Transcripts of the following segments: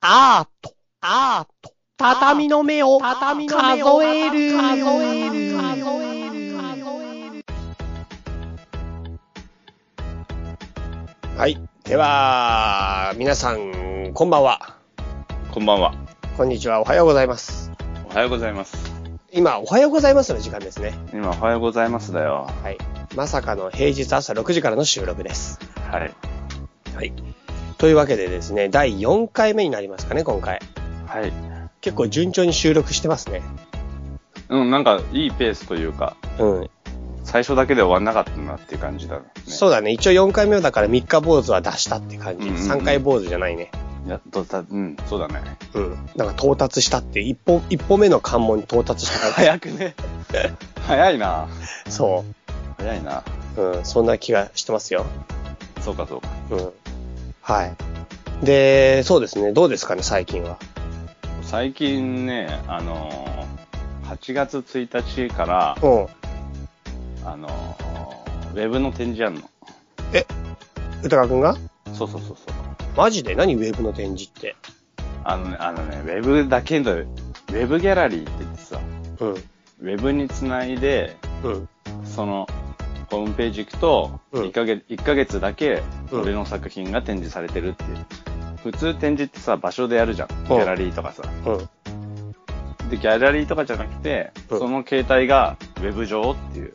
アート、アート、畳の目を数畳の目をえる、数える数えるはい。では、皆さん、こんばんは。こんばんは。こんにちは。おはようございます。おはようございます。今、おはようございますの時間ですね。今、おはようございますだよ。はい。まさかの平日朝6時からの収録です。はい。はい。というわけでですね、第4回目になりますかね、今回。はい。結構順調に収録してますね。うん、なんか、いいペースというか、うん。最初だけで終わんなかったなっていう感じだね。そうだね。一応4回目だから3日坊主は出したって感じ。うんうんうん3回坊主じゃないね。やっとた、うん、そうだね。うん。なんか到達したって、一歩、一歩目の関門に到達した感早くね。 早いな。じ。そ早いな。う。うん。そんな気がしてますよ。そうか、そうか。うん。はい。で、そうですね。どうですかね、最近は。最近ね、あのー、8月1日から、うん。あのー、ウェブの展示やんの。歌川くんがそうそうそうそう。マジで何ウェブの展示って。あのね、あのね、ウェブだけで、ウェブギャラリーって言ってさ、うん。ウェブにつないで、うん。その、ホームページ行くと、うん1ヶ月、一ヶ月だけ、うん俺の作品が展示されてるっていう。普通展示ってさ、場所でやるじゃん。ギャラリーとかさ。うん。で、ギャラリーとかじゃなくて、うんその携帯がウェブ上っていう、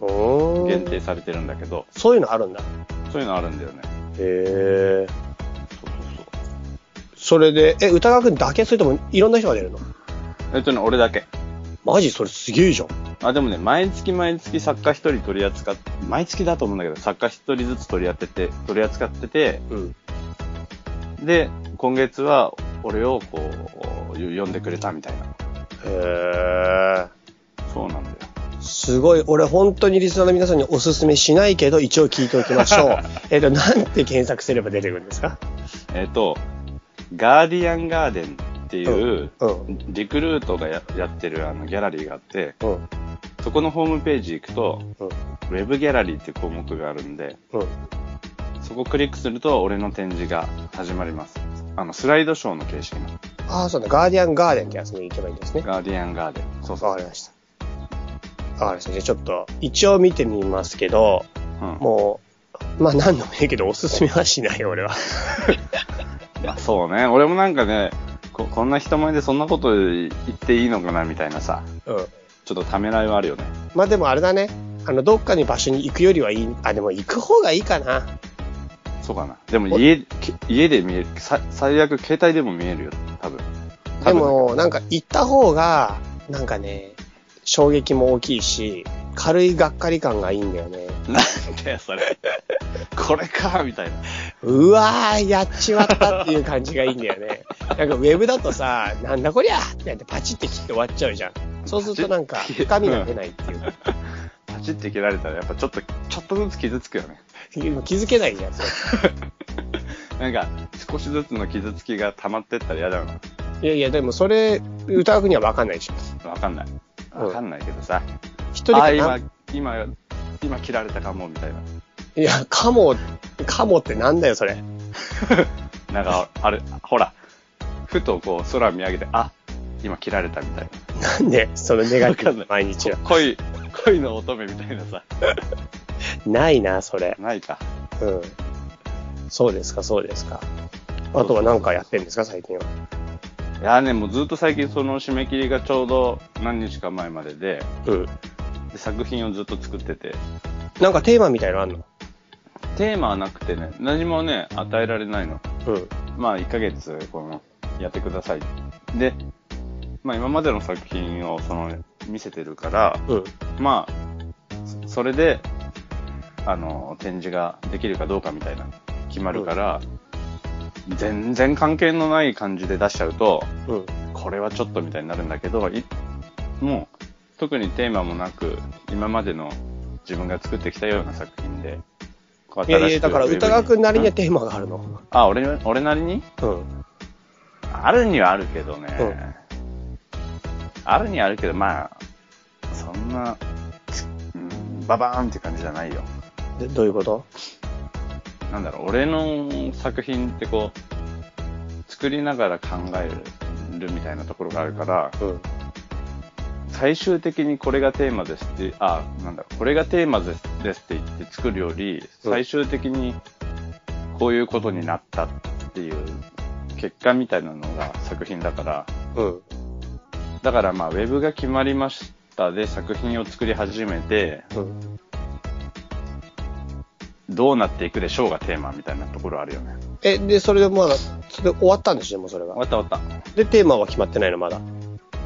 おー限定されてるんだけど、そういうのあるんだ。そういうのあるんだよね。へえ。そうそうそれで、え、歌川くんだけそれともいろんな人が出るのそう。えっとね、俺だけ。マジそれすげえじゃん。あ、でもね、毎月毎月作家一人取り扱っ、毎月だと思うんだけど、作家一人ずつ取り扱ってて、取り扱ってて、うん。で、今月は俺をこう、よ呼んでくれたみたいな。へえ。そうなんだよ。すごい。俺、本当にリスナーの皆さんにおすすめしないけど、一応聞いておきまし ょう。えっと、なんて検索すれば出てくるんですかえっ、と、ガーディアンガーデンっていう、うん。リクルートがややってるあのギャラリーがあって、うん。そこのホームページ行くと、うん。ウェブギャラリーっていう項目があるんで、うん。そこクリックすると俺の展示が始まります。あの、スライドショーの形式の。ああ、そうだ。ガーディアンガーデンってやつに行けばいいんですね。ガーディアンガーデン。そうそう。わかりました。わかりました。じゃあちょっと、一応見てみますけど、うん。もう、まあ何度も言うけど、おすすめはしない、俺 は。まあそうね。俺もなんかね、ここんな人前でそんなこと言っていいのかなみたいなさ、うん。ちょっとためらいはあるよね。まあでもあれだね。あの、どっかに場所に行くよりはいい、あ、でも行く方がいいかな。そうかな。でも家、け家で見える。さ最悪携帯でも見えるよ。多分。で多分も、なんか行った方が、なんかね、衝撃も大きいし、軽いがっかり感がいいんだよね。なんだよ、それ。これか、みたいな。うわー、やっちまったっていう感じがいいんだよ ね。なんかウェブだとさ、なんだこりゃーってやってパチって切って終わっちゃうじゃん。そうするとなんか深みが出ないっていうか。パチって切られたら、やっぱちょっと、ちょっとずつ傷つくよね。今気づけないじゃん、それなんか、少しずつの傷つきが溜まってったら嫌だよいやいや、でもそれ、歌うには分かんないでしょ。な。わかんない。わかんないけどさ。一人あかあ、な今、今、今切られたかも、みたいな。いや、カモ、カモってなんだよ、それ。なんか、あれ、ほら、ふとこう空見上げて、あ、今切られたみたいなんで、そのネガティブわかんなない毎日はな。。恋、恋の乙女みたいなさ。ないな、それ。ないか。うん。そうですか、そうですか。あとは何かやってんですか、最近は。いやね、もうずっと最近その締め切りがちょうど何日か前までで、うん。で作品をずっと作ってて、なんかテーマみたいのあんのテーマはなくてね、何もね、与えられないの。うん。まあ、1ヶ月、この、やってください。で、まあ今までの作品をその、見せてるから、うん。まあ、そそれで、あの、展示ができるかどうかみたいな、決まるから、全然関係のない感じで出しちゃうと、うん。これはちょっとみたいになるんだけど、いもう、特にテーマもなく、今までの自分が作ってきたような作品で、こういやいや、だから新しく歌川くんなりにはうテーマがあるの。あ、俺な、俺なりにうん。あるにはあるけどね。うんあるにはあるけど、まあ、そんな、うん、ババーンって感じじゃないよ。でどういうことなんだろう、俺の作品ってこう、作りながら考えるみたいなところがあるから、うん。最終的にこれがテーマですって、あ、なんだ、これがテーマですですって言って作るより、うん最終的にこういうことになったっていう結果みたいなのが作品だから、うん。だからまあ、ウェブが決まりましたで作品を作り始めて、うん。どうなっていくでしょうがテーマみたいなところあるよね。え、で、それでまあ、それ終わったんでしょ、もうそれ終わは。った終わっで、テーマは決まってないの、まだ。た。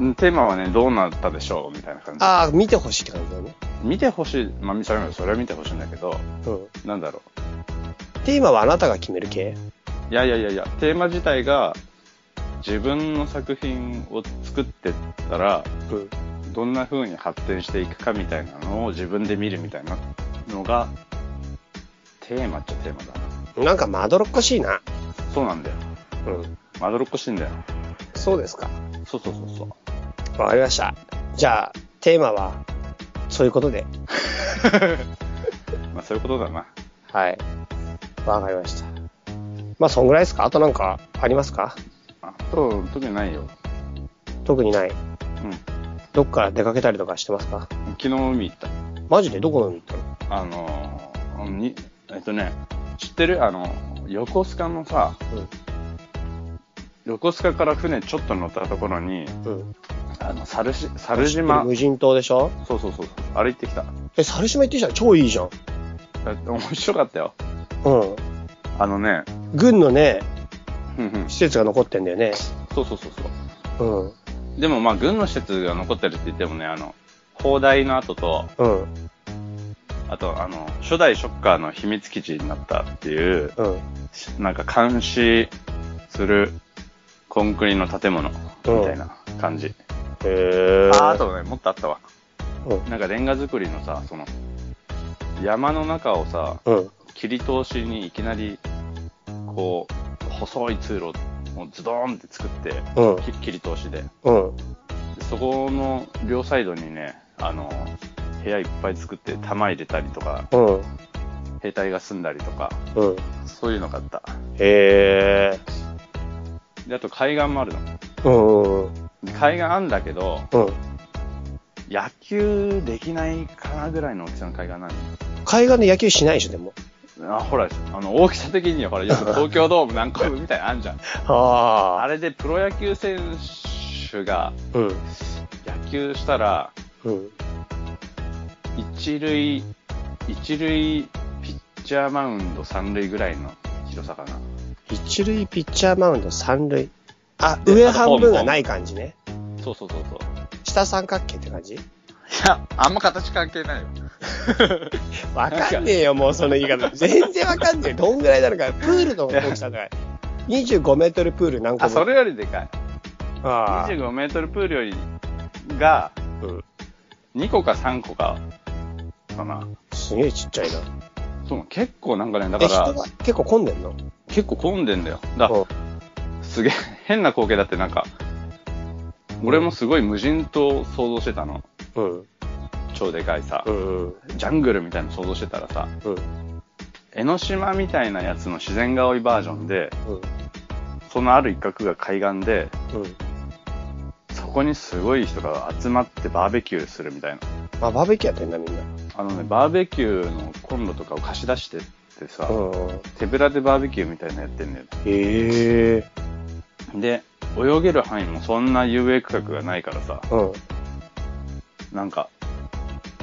うんテーマはね、どうなったでしょうみたいな感じ。ああ、見てほしいって感じだよね。見てほしい、まあ、見それはそれは見てほしいんだけど、うん。なんだろう。テーマはあなたが決める系いやいやいやいや、テーマ自体が自分の作品を作ってったら、うん。どんな風に発展していくかみたいなのを自分で見るみたいなのが、テーマっちゃテーマだな。なんかまどろっこしいな。そうなんだよ。うん。まどろっこしいんだよ。そうですか。そうそうそうそう。わかりました。じゃあ、テーマは、そういうことで。まあそういうことだな。はい。わかりました。まあ、そんぐらいですかあとなんかありますかあと、特にないよ。特にない。うん。どっか出かけたりとかしてますか昨日海行った。マジでどこの海行ったのあのーに、えっとね、知ってるあの、横須賀のさ、横須賀から船ちょっと乗ったところに、うん。うん。あの、猿し、猿島。無人島でしょそうそうそうそう。あれ行ってきた。え、猿島行ってきたら超いいじゃん。だって面白かったよ。うん。あのね、軍のね、うんうん。施設が残ってんだよね。そうそうそうそう。うん。でもまあ、軍の施設が残ってるって言ってもね、あの、砲台の後と、うん。あと、あの、初代ショッカーの秘密基地になったっていう、うん。なんか監視するコンクリの建物みたいな感じ。へーあ、あとね、もっとあったわ。うん。なんかレンガ作りのさ、その、山の中をさ、うん。切り通しにいきなり、こう、細い通路をズドーンって作って、うん。き切り通しで。うん。でそこの両サイドにね、あの、部屋いっぱい作って弾入れたりとか、うん。兵隊が住んだりとか、うん。そういうのがあった。へえ。で、あと海岸もあるの。うんうんうん。で海岸あんだけど、うん。野球できないかなぐらいの大きさの海岸なの。海岸で野球しないでしょ、でも。あ、ほら、あの、大きさ的にはほら、よく東京ドーム何個分みたいなのあんじゃん。ああれでプロ野球選手があ。うん。野球したら、うん。一塁、一塁ピッチャーマウンド三塁ぐらいの広さかな。一塁ピッチャーマウンド三塁。あ、で上半分がない感じね。そうそうそうそう。下三角形って感じいや、あんま形関係ないよ。わかんねえよ、もうその言い方。 全然わかんねえ。どんぐらいなのか。プールの大きさとか。25メートルプール何個あ、分それよりでかい。ああ。 25メートルプールよりが、うん。 2個か3個か、かな。すげえちっちゃいな。そう、結構なんかね、だえ、か人ら、が結構混んでんの結構混んでんだよ。だうんすげえ、変な光景だってなんか、俺もすごい無人島を想像してたの。うん。超でかいさう、ん。うん。ジャングルみたいなの想像してたらさ、うん。江ノ島みたいなやつの自然が多いバージョンで、うん。そのある一角が海岸で、うん。そこにすごい人が集まってバーベキューするみたいな。まあ、バーベキューやってんな、みんな。あのね、バーベキューのコンロとかを貸し出してってさ、うん。手ぶらでバーベキューみたいなのやってんだよ。へえ。で、泳げる範囲もそんな遊泳区画がないからさ、うん。なんか、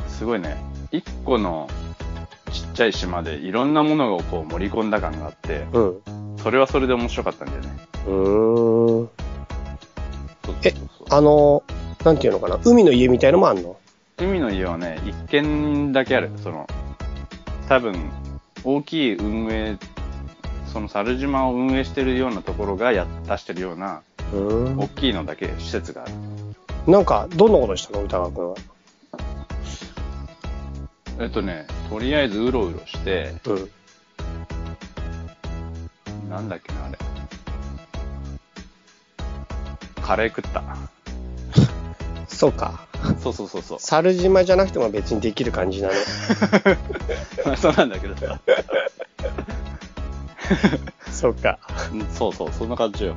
すごいね、一個のちっちゃい島でいろんなものをこう盛り込んだ感があって、うん。それはそれで面白かったんだよね。うーん。そうえそうそうあの、なんていうのかな、海の家みたいのもあんの海の家はね、一軒だけある。その、多分、大きい運営、その猿島を運営してるようなところがや出してるような、大うきいのだけ施設がある。ん。なんか、どんなことしたの歌川くんは。えっとね、とりあえずうろうろして、うん。なんだっけな、あれ。カレー食った。 そうか。そうそうそうそう。猿島じゃなくても別にできる感じ なの。まあそう なんだけどさ。そうか。うんそうそう、そんな感じよ。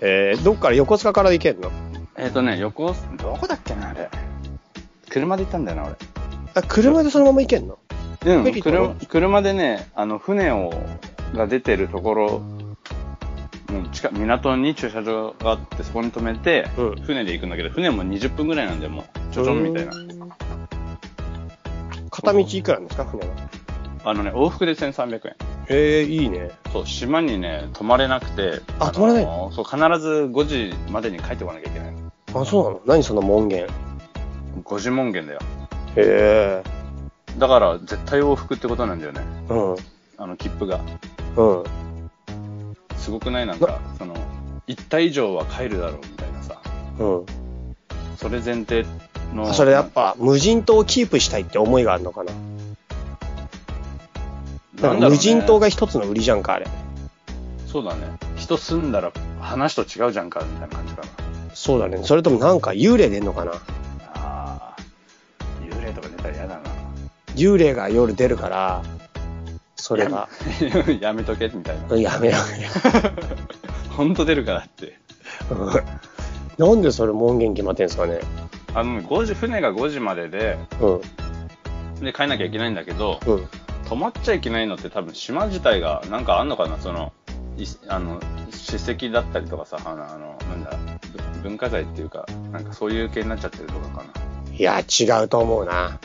えー、どっから横須賀から行けんのえっ、とね、横須、どこだっけな、あれ。車で行ったんだよな、あ、車でそのまま行けんの俺。うペん、リカの車車でね、あの、船を、が出てるところ、うん、近港に駐車場があって、そこに止めて、うん船で行くんだけど、船も20分ぐらいなんで、もう、ちょちょんみたいな。片道いくらなんですか、船は。あのね、往復で1300円。ええいいね。そう、島にね、泊まれなくて。あの泊まれないそう、必ず5時までに帰ってこなきゃいけない。あ、そうなの何その門限。 5時門限だよ。へえ。だから、絶対往復ってことなんだよね。うん。あの、切符が。うん。すごくないなんか、その、1体以上は帰るだろうみたいなさ。うん。それ前提の。あそれやっぱ、無人島をキープしたいって思いがあるのかな。ななんんだろかうね無人島が一つの売りじゃんか、あれ。そうだね。人住んだら話と違うじゃんか、みたいな感じかな。そうだね。それともなんか幽霊出んのかなああ。幽霊とか出たら嫌だな。幽霊が夜出るから、それが。やめ やめとけ、みたいな。やめろ。 ほんと出るからって。うん なんでそれ門限決まってんすかね。あの、5時、船が5時までで、うん。で、帰んなきゃいけないんだけど、うん。泊まっちゃいけないのって多分島自体がなんかあんのかなその、いあの、史跡だったりとかさ、あの、あのなんだ、ぶ文化財っていうか、なんかそういう系になっちゃってるとかかな。いや、違うと思うな。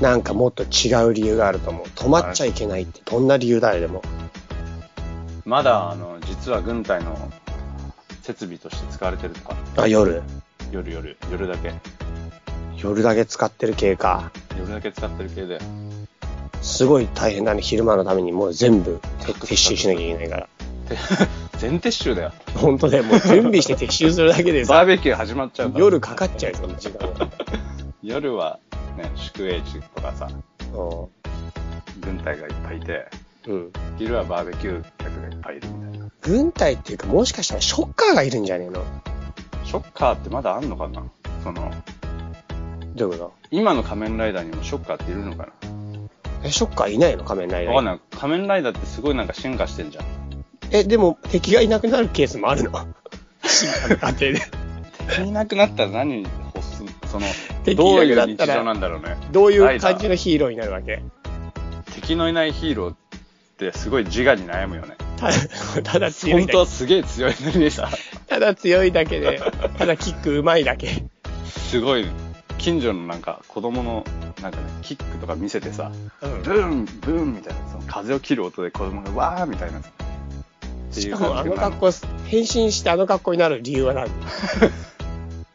なんかもっと違う理由があると思う。止まっちゃいけないって、どんな理由だよ、でも。まだ、あの、実は軍隊の設備として使われてるとか、あ、夜。夜夜、夜だけ、夜だけ使ってる系か。夜だけ使ってる 系で、すごい大変だね。昼間のためにもう全部撤撤収しなきゃいけないから。て全撤収だよ。本当だよ。もう準備して撤収するだけで バーさ、ベキュー始まっちゃうから。夜かかっちゃうよ、その時間が。夜は、ね、宿営地とかさ、う軍隊がいっぱいいて、んうん。昼はバーベキュー客がいっぱいいるみたいな。軍隊っていうか、もしかしたらショッカーがいるんじゃねえのショッカーってまだあんのかなその、どういうこ今の仮面ライダーにもショッカーっているのかとえ、ショッカーいないの仮面ライなダわかんー。ない。仮面ライダーってすごいなんか進化して んじゃん。え、でも敵がいなくなるケースもあ るの進化の過程で。敵いなくなったら何欲すその、 敵どういいなくなっう日たら常なんだろうね。どうラいうイダー感じのヒーローになるわけ敵のいないヒーローってすごい自我に悩むよね。ただただ強い本だ当けは。すげえ強いのにさ、ただ強いだけで、ただキック上手いだけ。すごい、近所のなんか子供のなんかね、キックとか見せてさ、うんブーン、ブーンみたいな、その風を切る音で子供がわーみたいな。っていしうかもあ感じのになる格好、変身してあの格好になる理由は何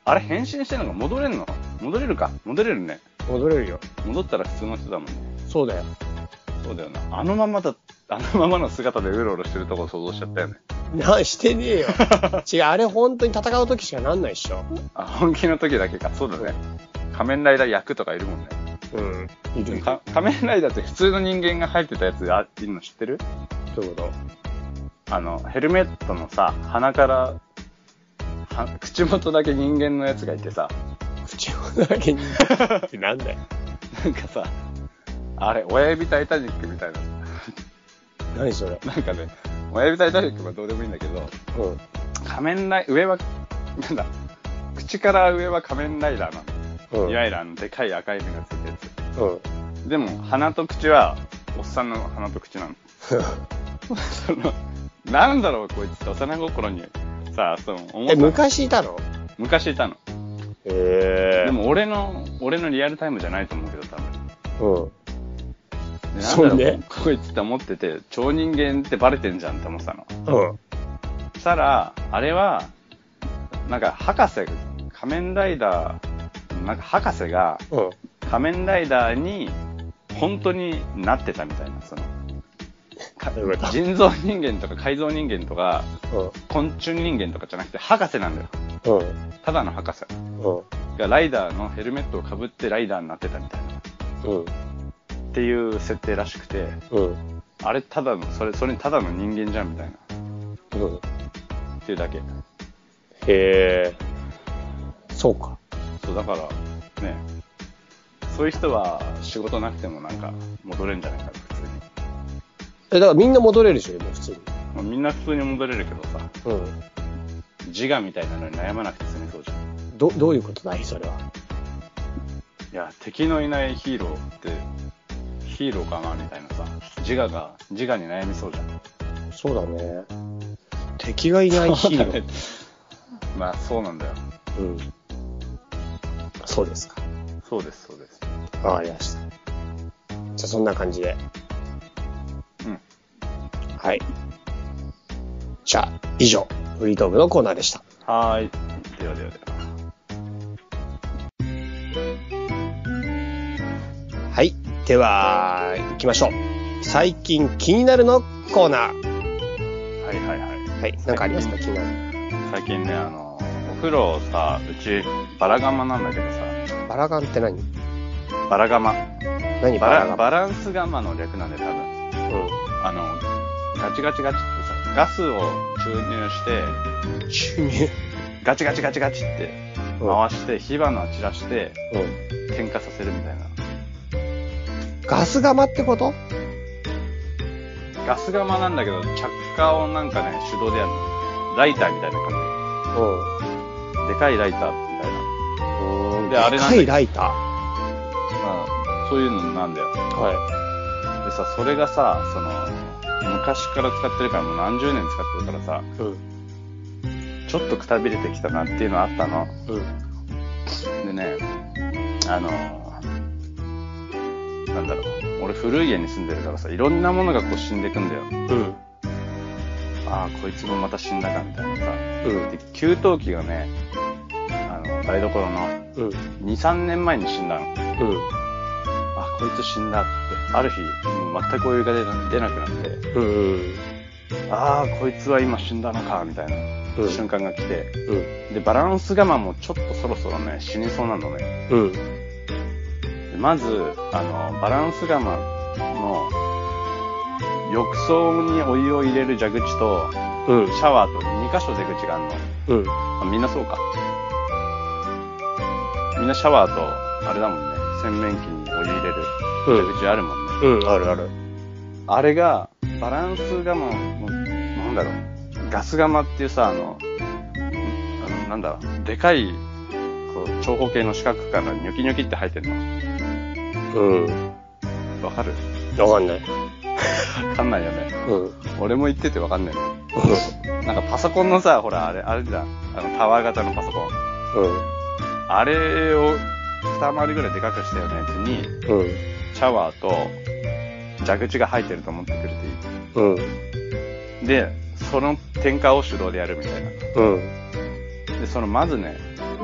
あれ変身してんのか戻れんの戻れるか戻れるね。戻れるよ。戻ったら普通の人だもんね。そうだよ。そうだよな。あのままだ、あのままの姿でうろうろしてるとこ想像しちゃったよね。な、してねえ よ。違う、あれ本当に戦う時しかなんないっしょ。あ、本気の時だけか。そうだね。仮面ライダー役とかいるもんね。うん。いるか仮面ライダーって普通の人間が入ってたやつがいるの知ってるどういうこあの、ヘルメットのさ、鼻から、は口元だけ人間のやつがいてさ、と口をだけに。ってなんだよ。なんかさ、あれ、親指タイタニックみたいな。 何それ。なんかね、親指タイタニックはどうでもいいんだけど、うん。仮面ライ、上は、なんだ、口から上は仮面ライダーなの。うん。いわゆるあの、でかい赤い目がついたやつ。うん。でも、鼻と口は、おっさんの鼻と口な の。その、なんだろう、こいつって幼心に、さ、その、思ったえ、の昔いたの昔いたの。へで、も、俺の、俺のリアルタイムじゃないと思うけど、多分。うん。でなんそだうろう、ねこいつって思ってて、超人間ってバレてんじゃんって思ってたの。うん。したら、あれは、なんか、博士、仮面ライダー、なんか、博士が、うん。仮面ライダーに本当になってたみたいな、その、かどういうこと人造人間とか改造人間とか、うん。昆虫人間とかじゃなくて、博士なんだよ。うん。ただの博士うん。がライダーのヘルメットをかぶってライダーになってたみたいな。うん。っていう設定らしくて、うん。あれただの、それ、それただの人間じゃんみたいな。うん。っていうだけ。へえ。そうか。そう、だから、ね、そういう人は仕事なくてもなんか戻れんじゃないかな、普通に。え、だからみんな戻れるでしょ、今普通に。まあみんな普通に戻れるけどさ、うん。自我みたいなのに悩まなくて済みそうじゃん。ど、どういうことだいそれは。いや、敵のいないヒーローって、ヒーローかなみたいなさ、自我が、自我に悩みそうじゃん。そうだね。敵がいないヒーロー。まあ、そうなんだよ。うん。そうですか。そうです、そうです。わかりました。じゃあそんな感じで。うん。はい。じゃあ、以上、フリートークのコーナーでした。はーい。ではではでは。はい。では、行きましょう。最近気になるのコーナー。はいはいはい。はい。なんかありますか気になる。最近ね、あの、お風呂をさ、うち、バラガマなんだけどさ、バラガンって何バラガマ。何ババラガランバランスガマの略なんで多分。あの、ガチガチガチってさ、ガスを注入して、うん。注入。 ガチガチガチガチって回して、火花散らして、うん。喧嘩させるみたいな。ガス釜ってことガス釜なんだけど、着火をなんかね、手動でやるの。ライターみたいな感じ。でかいライターみたいな。うん。であれなんでだかいライター。まあ、そういうのなんだよ。はでさ、それがさ、その、昔から使ってるから、もう何十年使ってるからさ、い。うん。ちょっとくたびれてきたなっていうのはあったの。うん。でね、あの、なんだろう。俺古い家に住んでるからさ、いろんなものがこう死んでくんだよ。うん。ああ、こいつもまた死んだかみたいなさ。うんで、給湯器がね、あの、台所のうん。 2、3年前に死んだの。うん。あ、こいつ死んだって。ある日、もう全くお湯が出な出なくなって、うん。うん。ああ、こいつは今死んだのか、みたいなうん瞬間が来て。うん。で、バランス我慢もちょっとそろそろね、死にそうなのね。うん。でまず、あの、バランス我慢の、浴槽にお湯を入れる蛇口と、うん。シャワーと2箇所出口があるの。うん。あみんなそうか。みんなシャワーと、あれだもんね、洗面器にお湯入れる蛇口あるもんね。うん。あるある。あれが、バランスがもう、もうなんだろう、ガス釜っていうさ、あの、んあのなんだ、でかい、こう、長方形の四角からニョキニョキって入ってるうん。の。わかるわかんない。わかんないよね。うん。俺も言っててわかんないね。なんかパソコンのさ、ほら、あれ、あれじゃん。あの、タワー型のパソコン。あれを、二回りぐらいでかくしたようなやつに、うん。うん。シャワーと、蛇口が入ってると思ってくれていうん。い。で、その点火を手動でやるみたいな。うん。で、そのまずね、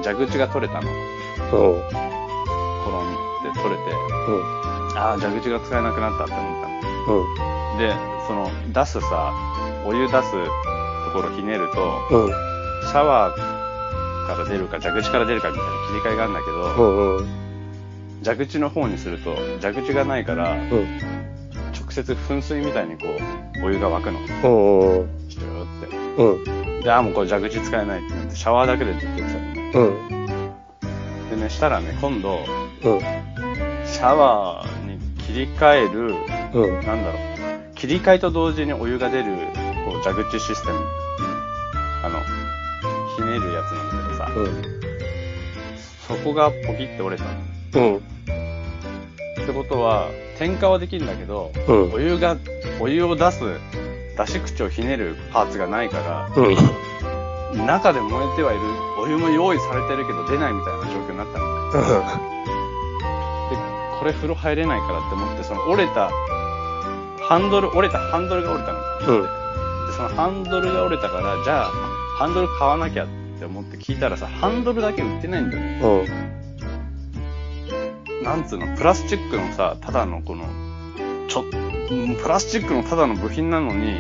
蛇口が取れたの。うん。コロンって取れて、うん。ああ、蛇口が使えなくなったって思ったうん。の。で、その、出すさ、お湯出すところひねると、うん。シャワーから出るか、蛇口から出るかみたいな切り替えがあるんだけうど、ん。うん。蛇口の方にすると、蛇口がないから、うん。直接噴水みたいにこう、お湯が沸くの。うん。シューっうん。て。で、ああ、もうこれ蛇口使えないってなって、シャワーだけでずっとやってたのね。うん。でね、したらね、今度、うん。シャワーに切り替える、うん。なんだろう、切り替えと同時にお湯が出る、こう、蛇口システム。あの、ひねるやつなんだけどさ、そこがポキって折れたうの。ん。ってことは、点火はできるんだけど、うんお湯が、お湯を出す、出し口をひねるパーツがないから、うん。中で燃えてはいる、お湯も用意されてるけど出ないみたいな状況になったの。で、これ風呂入れないからって思って、その折れた、ハンドル、折れたハンドルが折れたの。うん。でそのハンドルが折れたからじゃあハンドル買わなきゃって思って聞いたらさハンドルだけ売ってないんだよねうん。なんつうのプラスチックのさただのこのちょうんプラスチックのただの部品なのに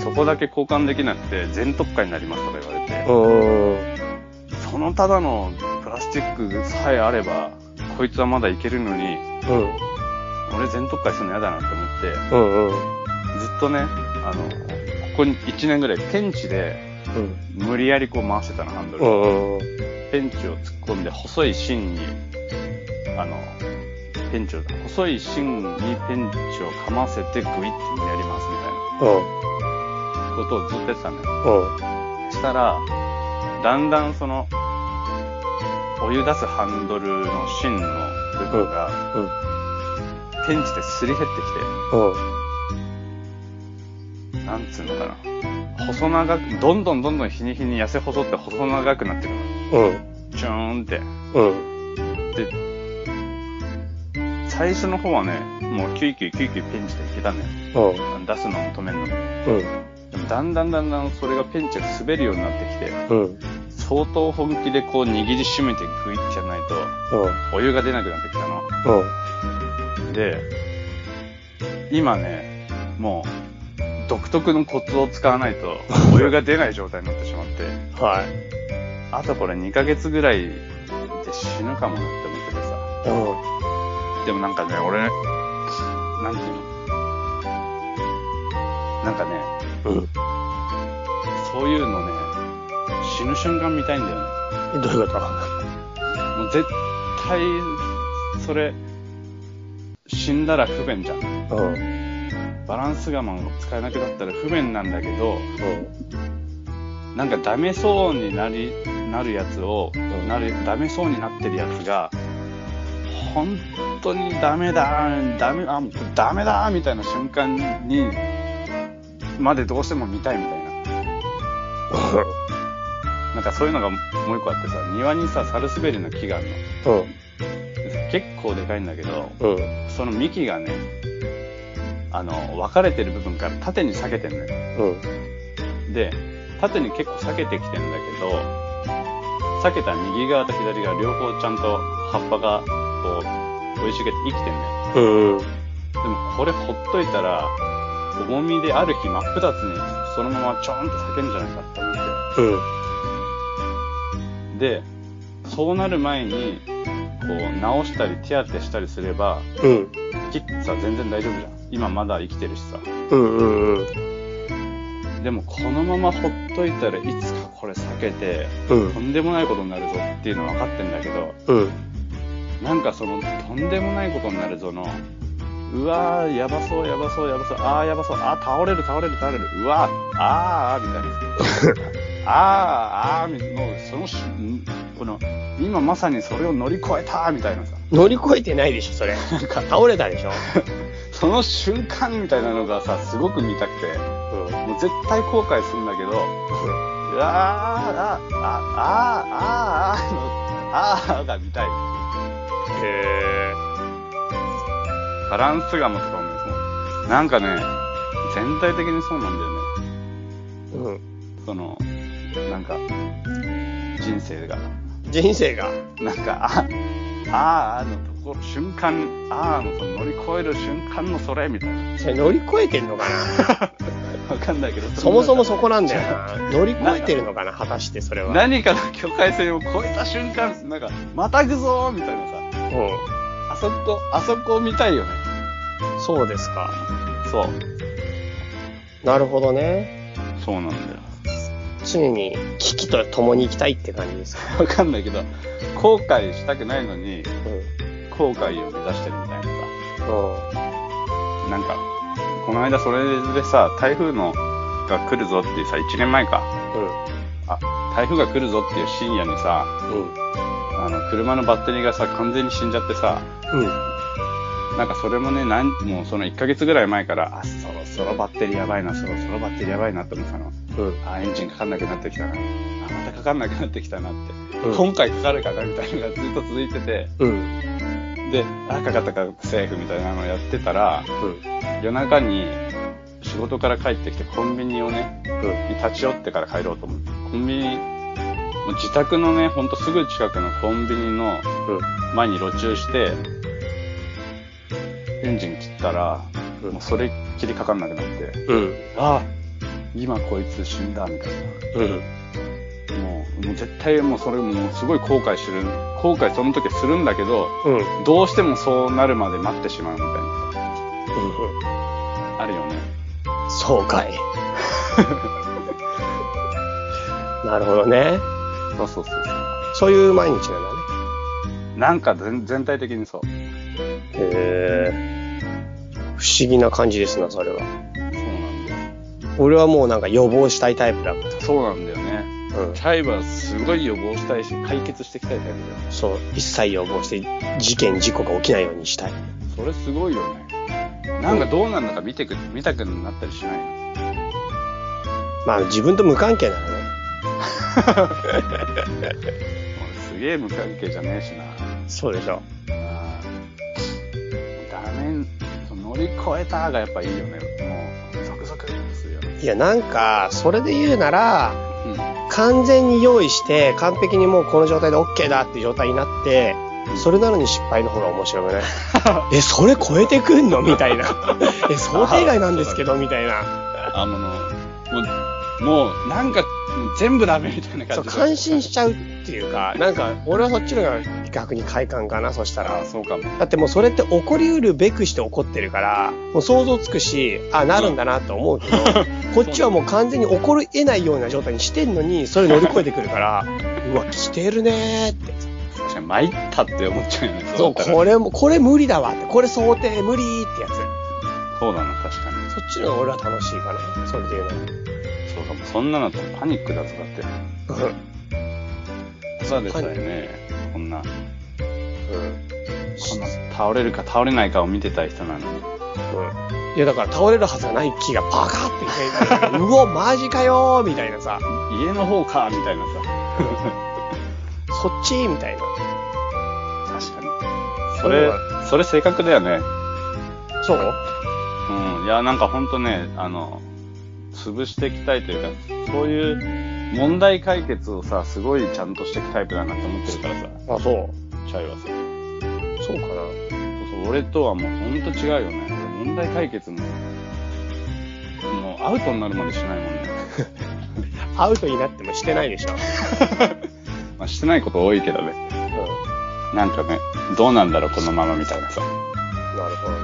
そこだけ交換できなくて全特価になりますとか言われてうそのただのプラスチックさえあればこいつはまだいけるのにん。俺全特価するの嫌だなって思ってうん。ずっとねあのここに1年ぐらいペンチでうん。無理やりこう回してたのハンドルをうん。ペンチを突っ込んで細い芯に、あの、ペンチを、細い芯にペンチをかませてグイッてやうりますみたいん。なことをずっとやってたんだよ。うん。そしたら、だんだんその、お湯出すハンドルの芯の部分が、うん。転じてすり減ってうん。きて、なんつうのかな。細長く、どんどんどんどん日に日に痩せ細って細長くなってくるうん。の。チューンって。うん。最初の方はね、もうキュイキュイキュイキュイペンチでいけたね。うん。出すのも止めるのも。うん。でもだんだんだんだんそれがペンチが滑るようになってきて、うん。うん。相当本気でこう握りしめてグイッじゃないと、お湯が出なくなってきたの。うん。で、今ね、もう、独特のコツを使わないと、お湯が出ない状態になってしまって、はい。あとこれ2ヶ月ぐらいで死ぬかもなって思っててさ。うん。でもなんかね、俺、なんていうのなんかね、うん。そういうのね、死ぬ瞬間見たいんだよね。どういうこともう絶対、それ、死んだら不便じゃん。うん。バランス我慢を使えなくなったら不便なんだけど、なんかダメそうになり、なるやつを、んなる、ダメそうになってるやつが、本当にダメだ、ダメ、あ、もうダメだ、みたいな瞬間に、までどうしても見たいみたいな。なんかそういうのがもう一個あってさ、庭にさ、サルスベリの木があるの。うん。結構でかいんだけど、うん。その幹がね、あの、分かれてる部分から縦に裂けてんのよ。うん。で、縦に結構裂けてきてんだけど、裂けた右側と左側両方ちゃんと葉っぱがこう、生い茂って生きてんのよ。うん。うん。でもこれほっといたら、重みである日真っ二つにそのままちょーんと裂けるんじゃないかって思っうん。て。で、そうなる前に、こう、直したり手当てしたりすれば、うん。切ってさ、全然大丈夫じゃん。今まだ生きてるしさ。うん。うん。うん。でもこのままほっといたらいつかこれ避けて、うんと。んでもないことになるぞっていうのは分かってんだけど、うん。なんかその、とんでもないことになるぞの、うわー、やばそう、やばそう、やばそう、あー、やばそう、あー、倒れる、倒れる、倒れる、うわー、あー、あー、みたい な。あー、あー、みもう、そのし、んこの、今まさにそれを乗り越えたー、みたいなさ、乗り越えてないでしょ、それ。倒れたでしょ。その瞬間みたいなのがさ、すごく見たくて、うん。うん。もう絶対後悔するんだけど、うわーああああああああが見たいえバランスがもとかもそうなんかね全体的にそうなんだよねー。うん。そのなんか人生が人生が。なんかあああのとこ瞬間ああのその乗り越える瞬間のそれみたいなそれ乗り越えてんのかなわかんないけどそもそもそこなんだよな。乗り越えてるのかな、果たしてそれは。何かの境界線を越えた瞬間なんかまたぐぞーみたいなさうあそこあそこを見たいよねん。そうですか。そうなるほどね。そうなんだよ常に危機と共に生きたいって感じですか。わかんないけど、後悔したくないのに、うん。うん。後悔を目指してるみたいなさ。なんか、この間それでさ、台風のが来るぞっていうさ、1年前か。あ、台風が来るぞっていう深夜にさ、うん。うん。あの、車のバッテリーがさ、完全に死んじゃってさ、うん。なんかそれもね、なんもうその1ヶ月ぐらい前から、あ、そろそろバッテリーやばいな、そろそろバッテリーやばいなって思ってたの。うん。あ、エンジンかかんなくなってきたな。あ、またかかんなくなってきたなって。うん今回かかるかなみたいなのがずっと続いてて、うん。で、あ、かかったかかったセーフみたいなのをやってたら、うん。夜中に仕事から帰ってきてコンビニをね、うん。に立ち寄ってから帰ろうと思って。コンビニ、もう自宅のね、ほんとすぐ近くのコンビニのう前に路駐して、エンジン切ったら、うんもうそれっきりかかんなくなって、ん。うん。あ、今こいつ死んだ、みたいな。うん。もう、もう絶対もうそれもうすごい後悔する、後悔その時するんだけど、うん。うん。どうしてもそうなるまで待ってしまうみたいな。あるよね。そうかい。 なるほどね。そうそうそうそそういう毎日なんう。なんか全全体的にそう。だね。へえ。不思議な感じですな、それは。そうなんだよ。俺はもうなんか予防したいタイプだから。そうなんだよね。うん。チャイバーすごい予防したいし、解決していきたいタイプじゃん。そう、一切予防して、事件、事故が起きないようにしたい。それすごいよね。なんかどうなんだか見てく、見たくなったりしないのまあ、自分と無関係なら ね。俺すげえ無関係じゃねえしな。そうでしょ。あーダメ、その乗り越えたがやっぱいいよね。もう、ゾクゾクするよね。いや、なんか、それで言うなら、うん。完全に用意して、完璧にもうこの状態で OK だっていう状態になって、それなのに失敗の方が面白く ないえ、それ超えてくんのみた いな。え、想定外なんですけど、みたいな。あの、もう、もうなんか、全部ダメみたいなそ感う、じ感心しちゃうっていうか、なんか、俺はそっちのが逆に快感かな、そしたたら、らあ。そうかも。だってもうそれって起こりうるべくして起こってるから、もう想像つくし、あ、なるんだなと思うけど、 こっちはもう完全に起こり得ないような状態にしてんのに、それ乗り越えてくるから、うわ、来てるねーって。確かに参ったって思っちゃうよね。そう、だったらこれも、これ無理だわって、これ想定無理ってやつ。そうだな、確かに。そっちの方が俺は楽しいかな。それで言うそうかも。そんなのったらパニックだとかっなて。ら。そうでさえね、こんな、うん。こんな倒れるか倒れないかを見てた人なのに。うん。いや、だから倒れるはずがない木がパカって開 いて、うお、マジかよーみたいなさ、家の方かみたいなそっちみたいな。さ。 確かに。それ、それ性格だよね。そううん。いや、なんかほんとね、あの、潰していきたいというか、そういう問題解決をさ、すごいちゃんとしていくタイプだなって思ってるからさ、あ、そう。チャイはさ。そうかな。そうそう俺とはもうほんと違うよね。俺問題解決も、もうアウトになるまでしないもんね。 アウトになってもしてないでしょ。まあ、してないこと多いけどね。うん。なるなんかね、どうなんだろう、このままみたいなさ。ほど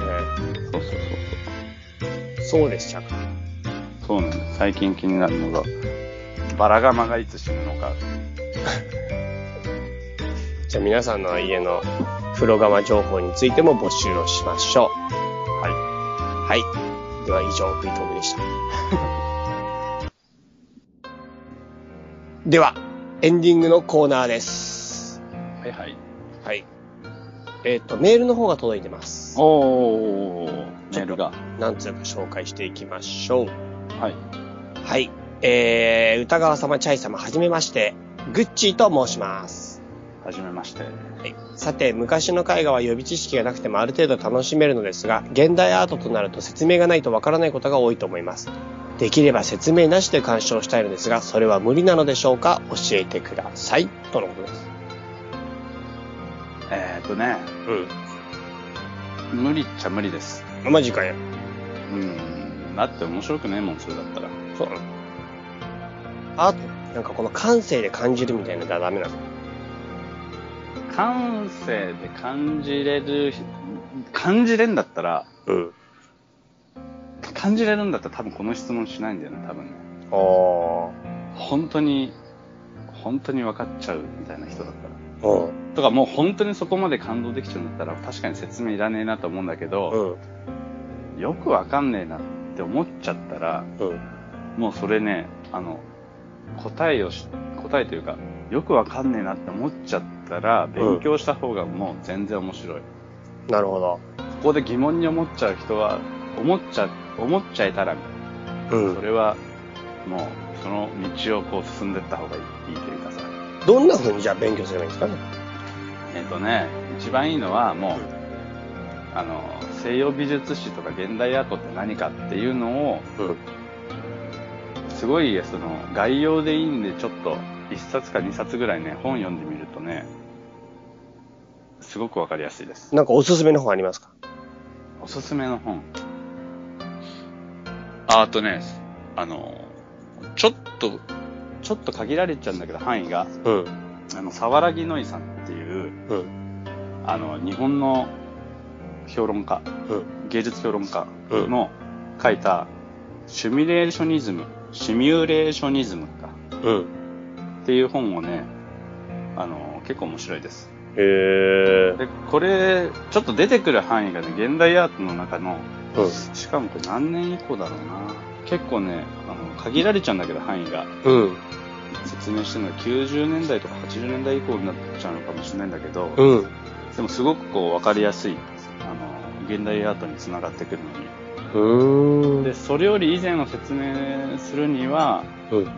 ね。そうそうそうそうでしたか。そう。そうなんだ。最近気になるのが、バラガマがいつ死ぬのか。じゃあ皆さんの家の風呂釜情報についても募集をしましょはう。はい。では以上、食いトークでした。 では、エンディングのコーナーです。い。はいはい。はい。えっ、と、メールの方が届いてます。おー、メールが。何つうか紹介していきましょう。はい。はい。えー、歌川様、チャイ様、はじめまして。グッチーと申します。はじめまして。はいさて、昔の絵画は予備知識がなくてもある程度楽しめるのですが、現代アートとなると説明がないとわからないことが多いと思います。できれば説明なしで鑑賞したいのですが、それは無理なのでしょうか教えてください。とのことです。えーっとね、無理っちゃ無理です。うん。マジかよ。うん。だって面白くねえもん、それだったら。そうなのアートなんかこの感性で感じるみたいなのがダメなの。感性で感じれる、感じれんだったら、うん。感じれるんだったら多分この質問しないんだよね、多分ね。あー。本当に、本当に分かっちゃうみたいな人だったら。うん。とかもう本当にそこまで感動できちゃうんだったら確かに説明いらねえなと思うんだけうど、ん。よく分かんねえなって思っちゃったら、うん。もうそれね、あの、答えをし、答えというか、よく分かんねえなって思っちゃったら、勉強した方がもう全然面白い。なるほど。ここで疑問に思っちゃう人は、思っちゃ、思っちゃえたら、うそれはもうその道をこう進んでった方がいいというかさ、どんな風にじゃあ勉強すればいいんですかねえっ、とね、一番いいのはもう、あの、西洋美術史とか現代アートって何かっていうのを、うん。すごい、その、概要でいいんで、ちょっと、一冊か二冊ぐらいね、本読んでみるとね、すごくわかりやすいです。なんかおすすめの本ありますかおすすめの本。ああとね、あの、ちょっと、ちょっと限られちゃうんだけど、範囲が、うん。あの、沢良木ノイさんっていう、うん。あの、日本の評論家、うん。芸術評論家うんの書いた、シミュレーショニズム、シミュレーショニズムか、うん。っていう本をね、あの、結構面白いです。へえ。で、これ、ちょっと出てくる範囲がね、現代アートの中の、うしかもこれ何年以降だろうな。結構ね、あの、限られちゃうんだけど、範囲が。ん。うん。説明してるのは90年代とか80年代以降になっちゃうのかもしれないんだけど、うん。でもすごくこう分かりやすい、あの、現代アートにつながってくるのに。うで、ん。それより以前を説明するには、うん。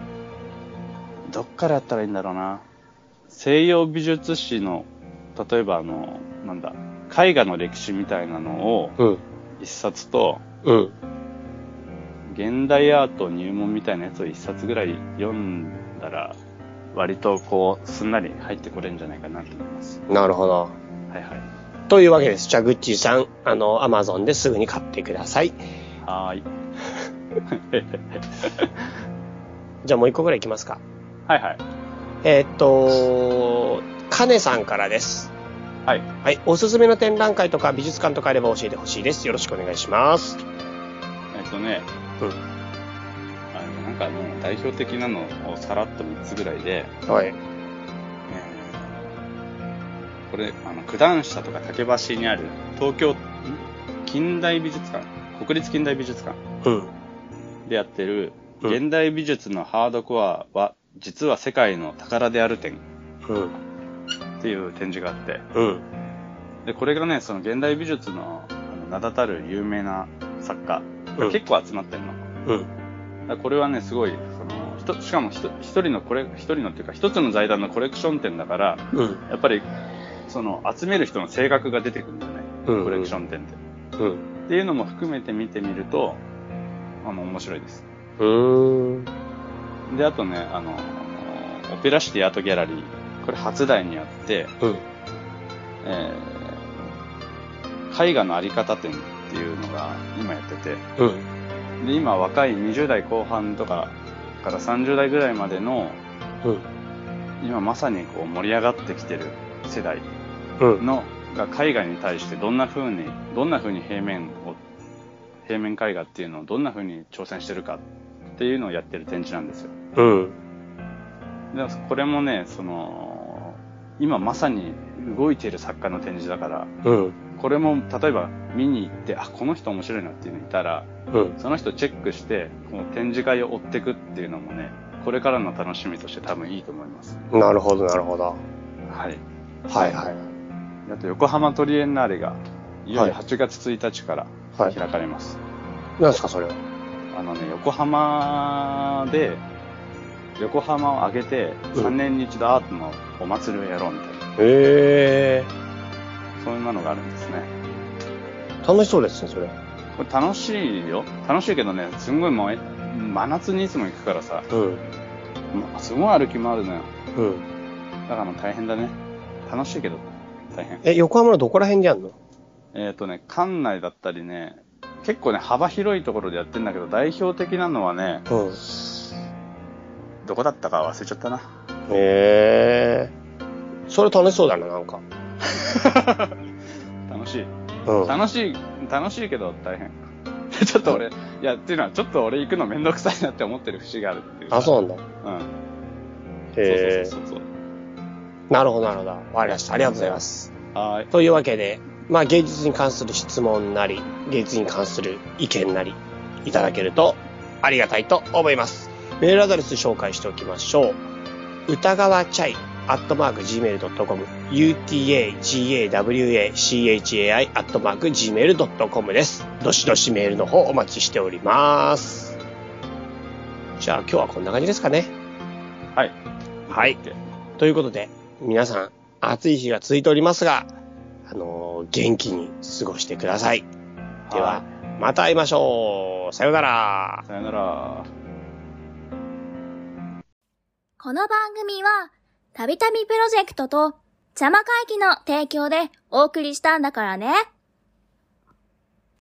どっからやったらいいんだろうな。西洋美術史の、例えばあの、なんだ、絵画の歴史みたいなのをうん。一冊と、うん。現代アート入門みたいなやつを一冊ぐらい読んだら、割とこう、すんなり入ってこれるんじゃないかなと思います。なるほど。はいはい。というわけです。じゃあ、グッチーさん、あの、アマゾンですぐに買ってください。はーい。じゃあ、もう一個ぐらいいきますか。はいはい。えーっと、カネさんからです。はい。はい。おすすめの展覧会とか美術館とかあれば教えてほしいです。よろしくお願いします。えっとね、うんあのなんかもう代表的なのをさらっと3つぐらいで、はい。えーこれ、あの、九段下とか竹橋にある東京ん近代美術館、国立近代美術館うん。でやってるうん現代美術のハードコアは、実は世界の宝である展うん。っていう展示があって、うん。で、これがね、その現代美術のあの名だたる有名な作家うがん結構集まってるの。うん。だからこれはね、すごい、その、ひとしかもひと一人のこれ、一人のっていうか、一つの財団のコレクション展だから、うん。やっぱり、その、集める人の性格が出てくるんだよね。うんコレクション展って。うん。っていうのも含めて見てみると、あの、面白いです。うーん。で、あとね、あの、オペラシティアートギャラリー、これ初代にあって、うん。えー絵画のあり方展っていうのが今やってて、うん。で、今若い20代後半とかから30代ぐらいまでの、うん。今まさにこう盛り上がってきてる世代うん。のが海外に対してどんな風にどんな風に平面を平面絵画っていうのをどんな風に挑戦してるかっていうのをやってる展示なんですよ。うん。でこれもねその今まさに動いてる作家の展示だからうん。これも例えば見に行ってあこの人面白いなっていうのいたらうん。その人チェックしてこの展示会を追っていくっていうのもねこれからの楽しみとして多分いいと思います。なるほど、なるほど。はい。はいはい。あと横浜トリエンナーレがいよいよはい8月1日からは開いかれます。何ですか、それは。あのね、横浜で、横浜を挙げて、うん3年に一度アートのお祭りをやろうみたいな、へえそんなのがあるんですね。ー。楽しそうですね、それ。これ楽しいよ。楽しいけどね、すんごいもう、え真夏にいつも行くからさ、うん。もうすごい歩き回るのよ。うん。だからもう大変だね。楽しいけど、大変。え、横浜のどこら辺でやんのえっ、とね、館内だったりね、結構ね、幅広いところでやってんだけど、代表的なのはね、うん。どこだったか忘れちゃったな。 へえ。それ楽しそうだな、なんか。楽しい。うん。楽しい、楽しいけど大変。 ちょっと俺、いや、っていうのは、ちょっと俺行くのめんどくさいなって思ってる節があるっていう。あ、そうう。なんだ。うん。へえそう。そうそうなるほど、なるほど。わかりました。ありがとうございます。そう。はーい。というわけで、まあ芸術に関する質問なり、芸術に関する意見なり、いただけるとありがたいと思います。メールアドレス紹介しておきましょう。歌川チャイ、アットマーク Gmail.com、utagawachai、アットマーク Gmail.com です。どしどしメールの方お待ちしております。じゃあ今日はこんな感じですかね。はい。はい。ということで、皆さん、暑い日が続いておりますが、あのー元気に過ごしてください。では、また会いましょう。さようならい。。さよなら。この番組は、たびたびプロジェクトと、邪魔会議の提供でお送りしたんだからね。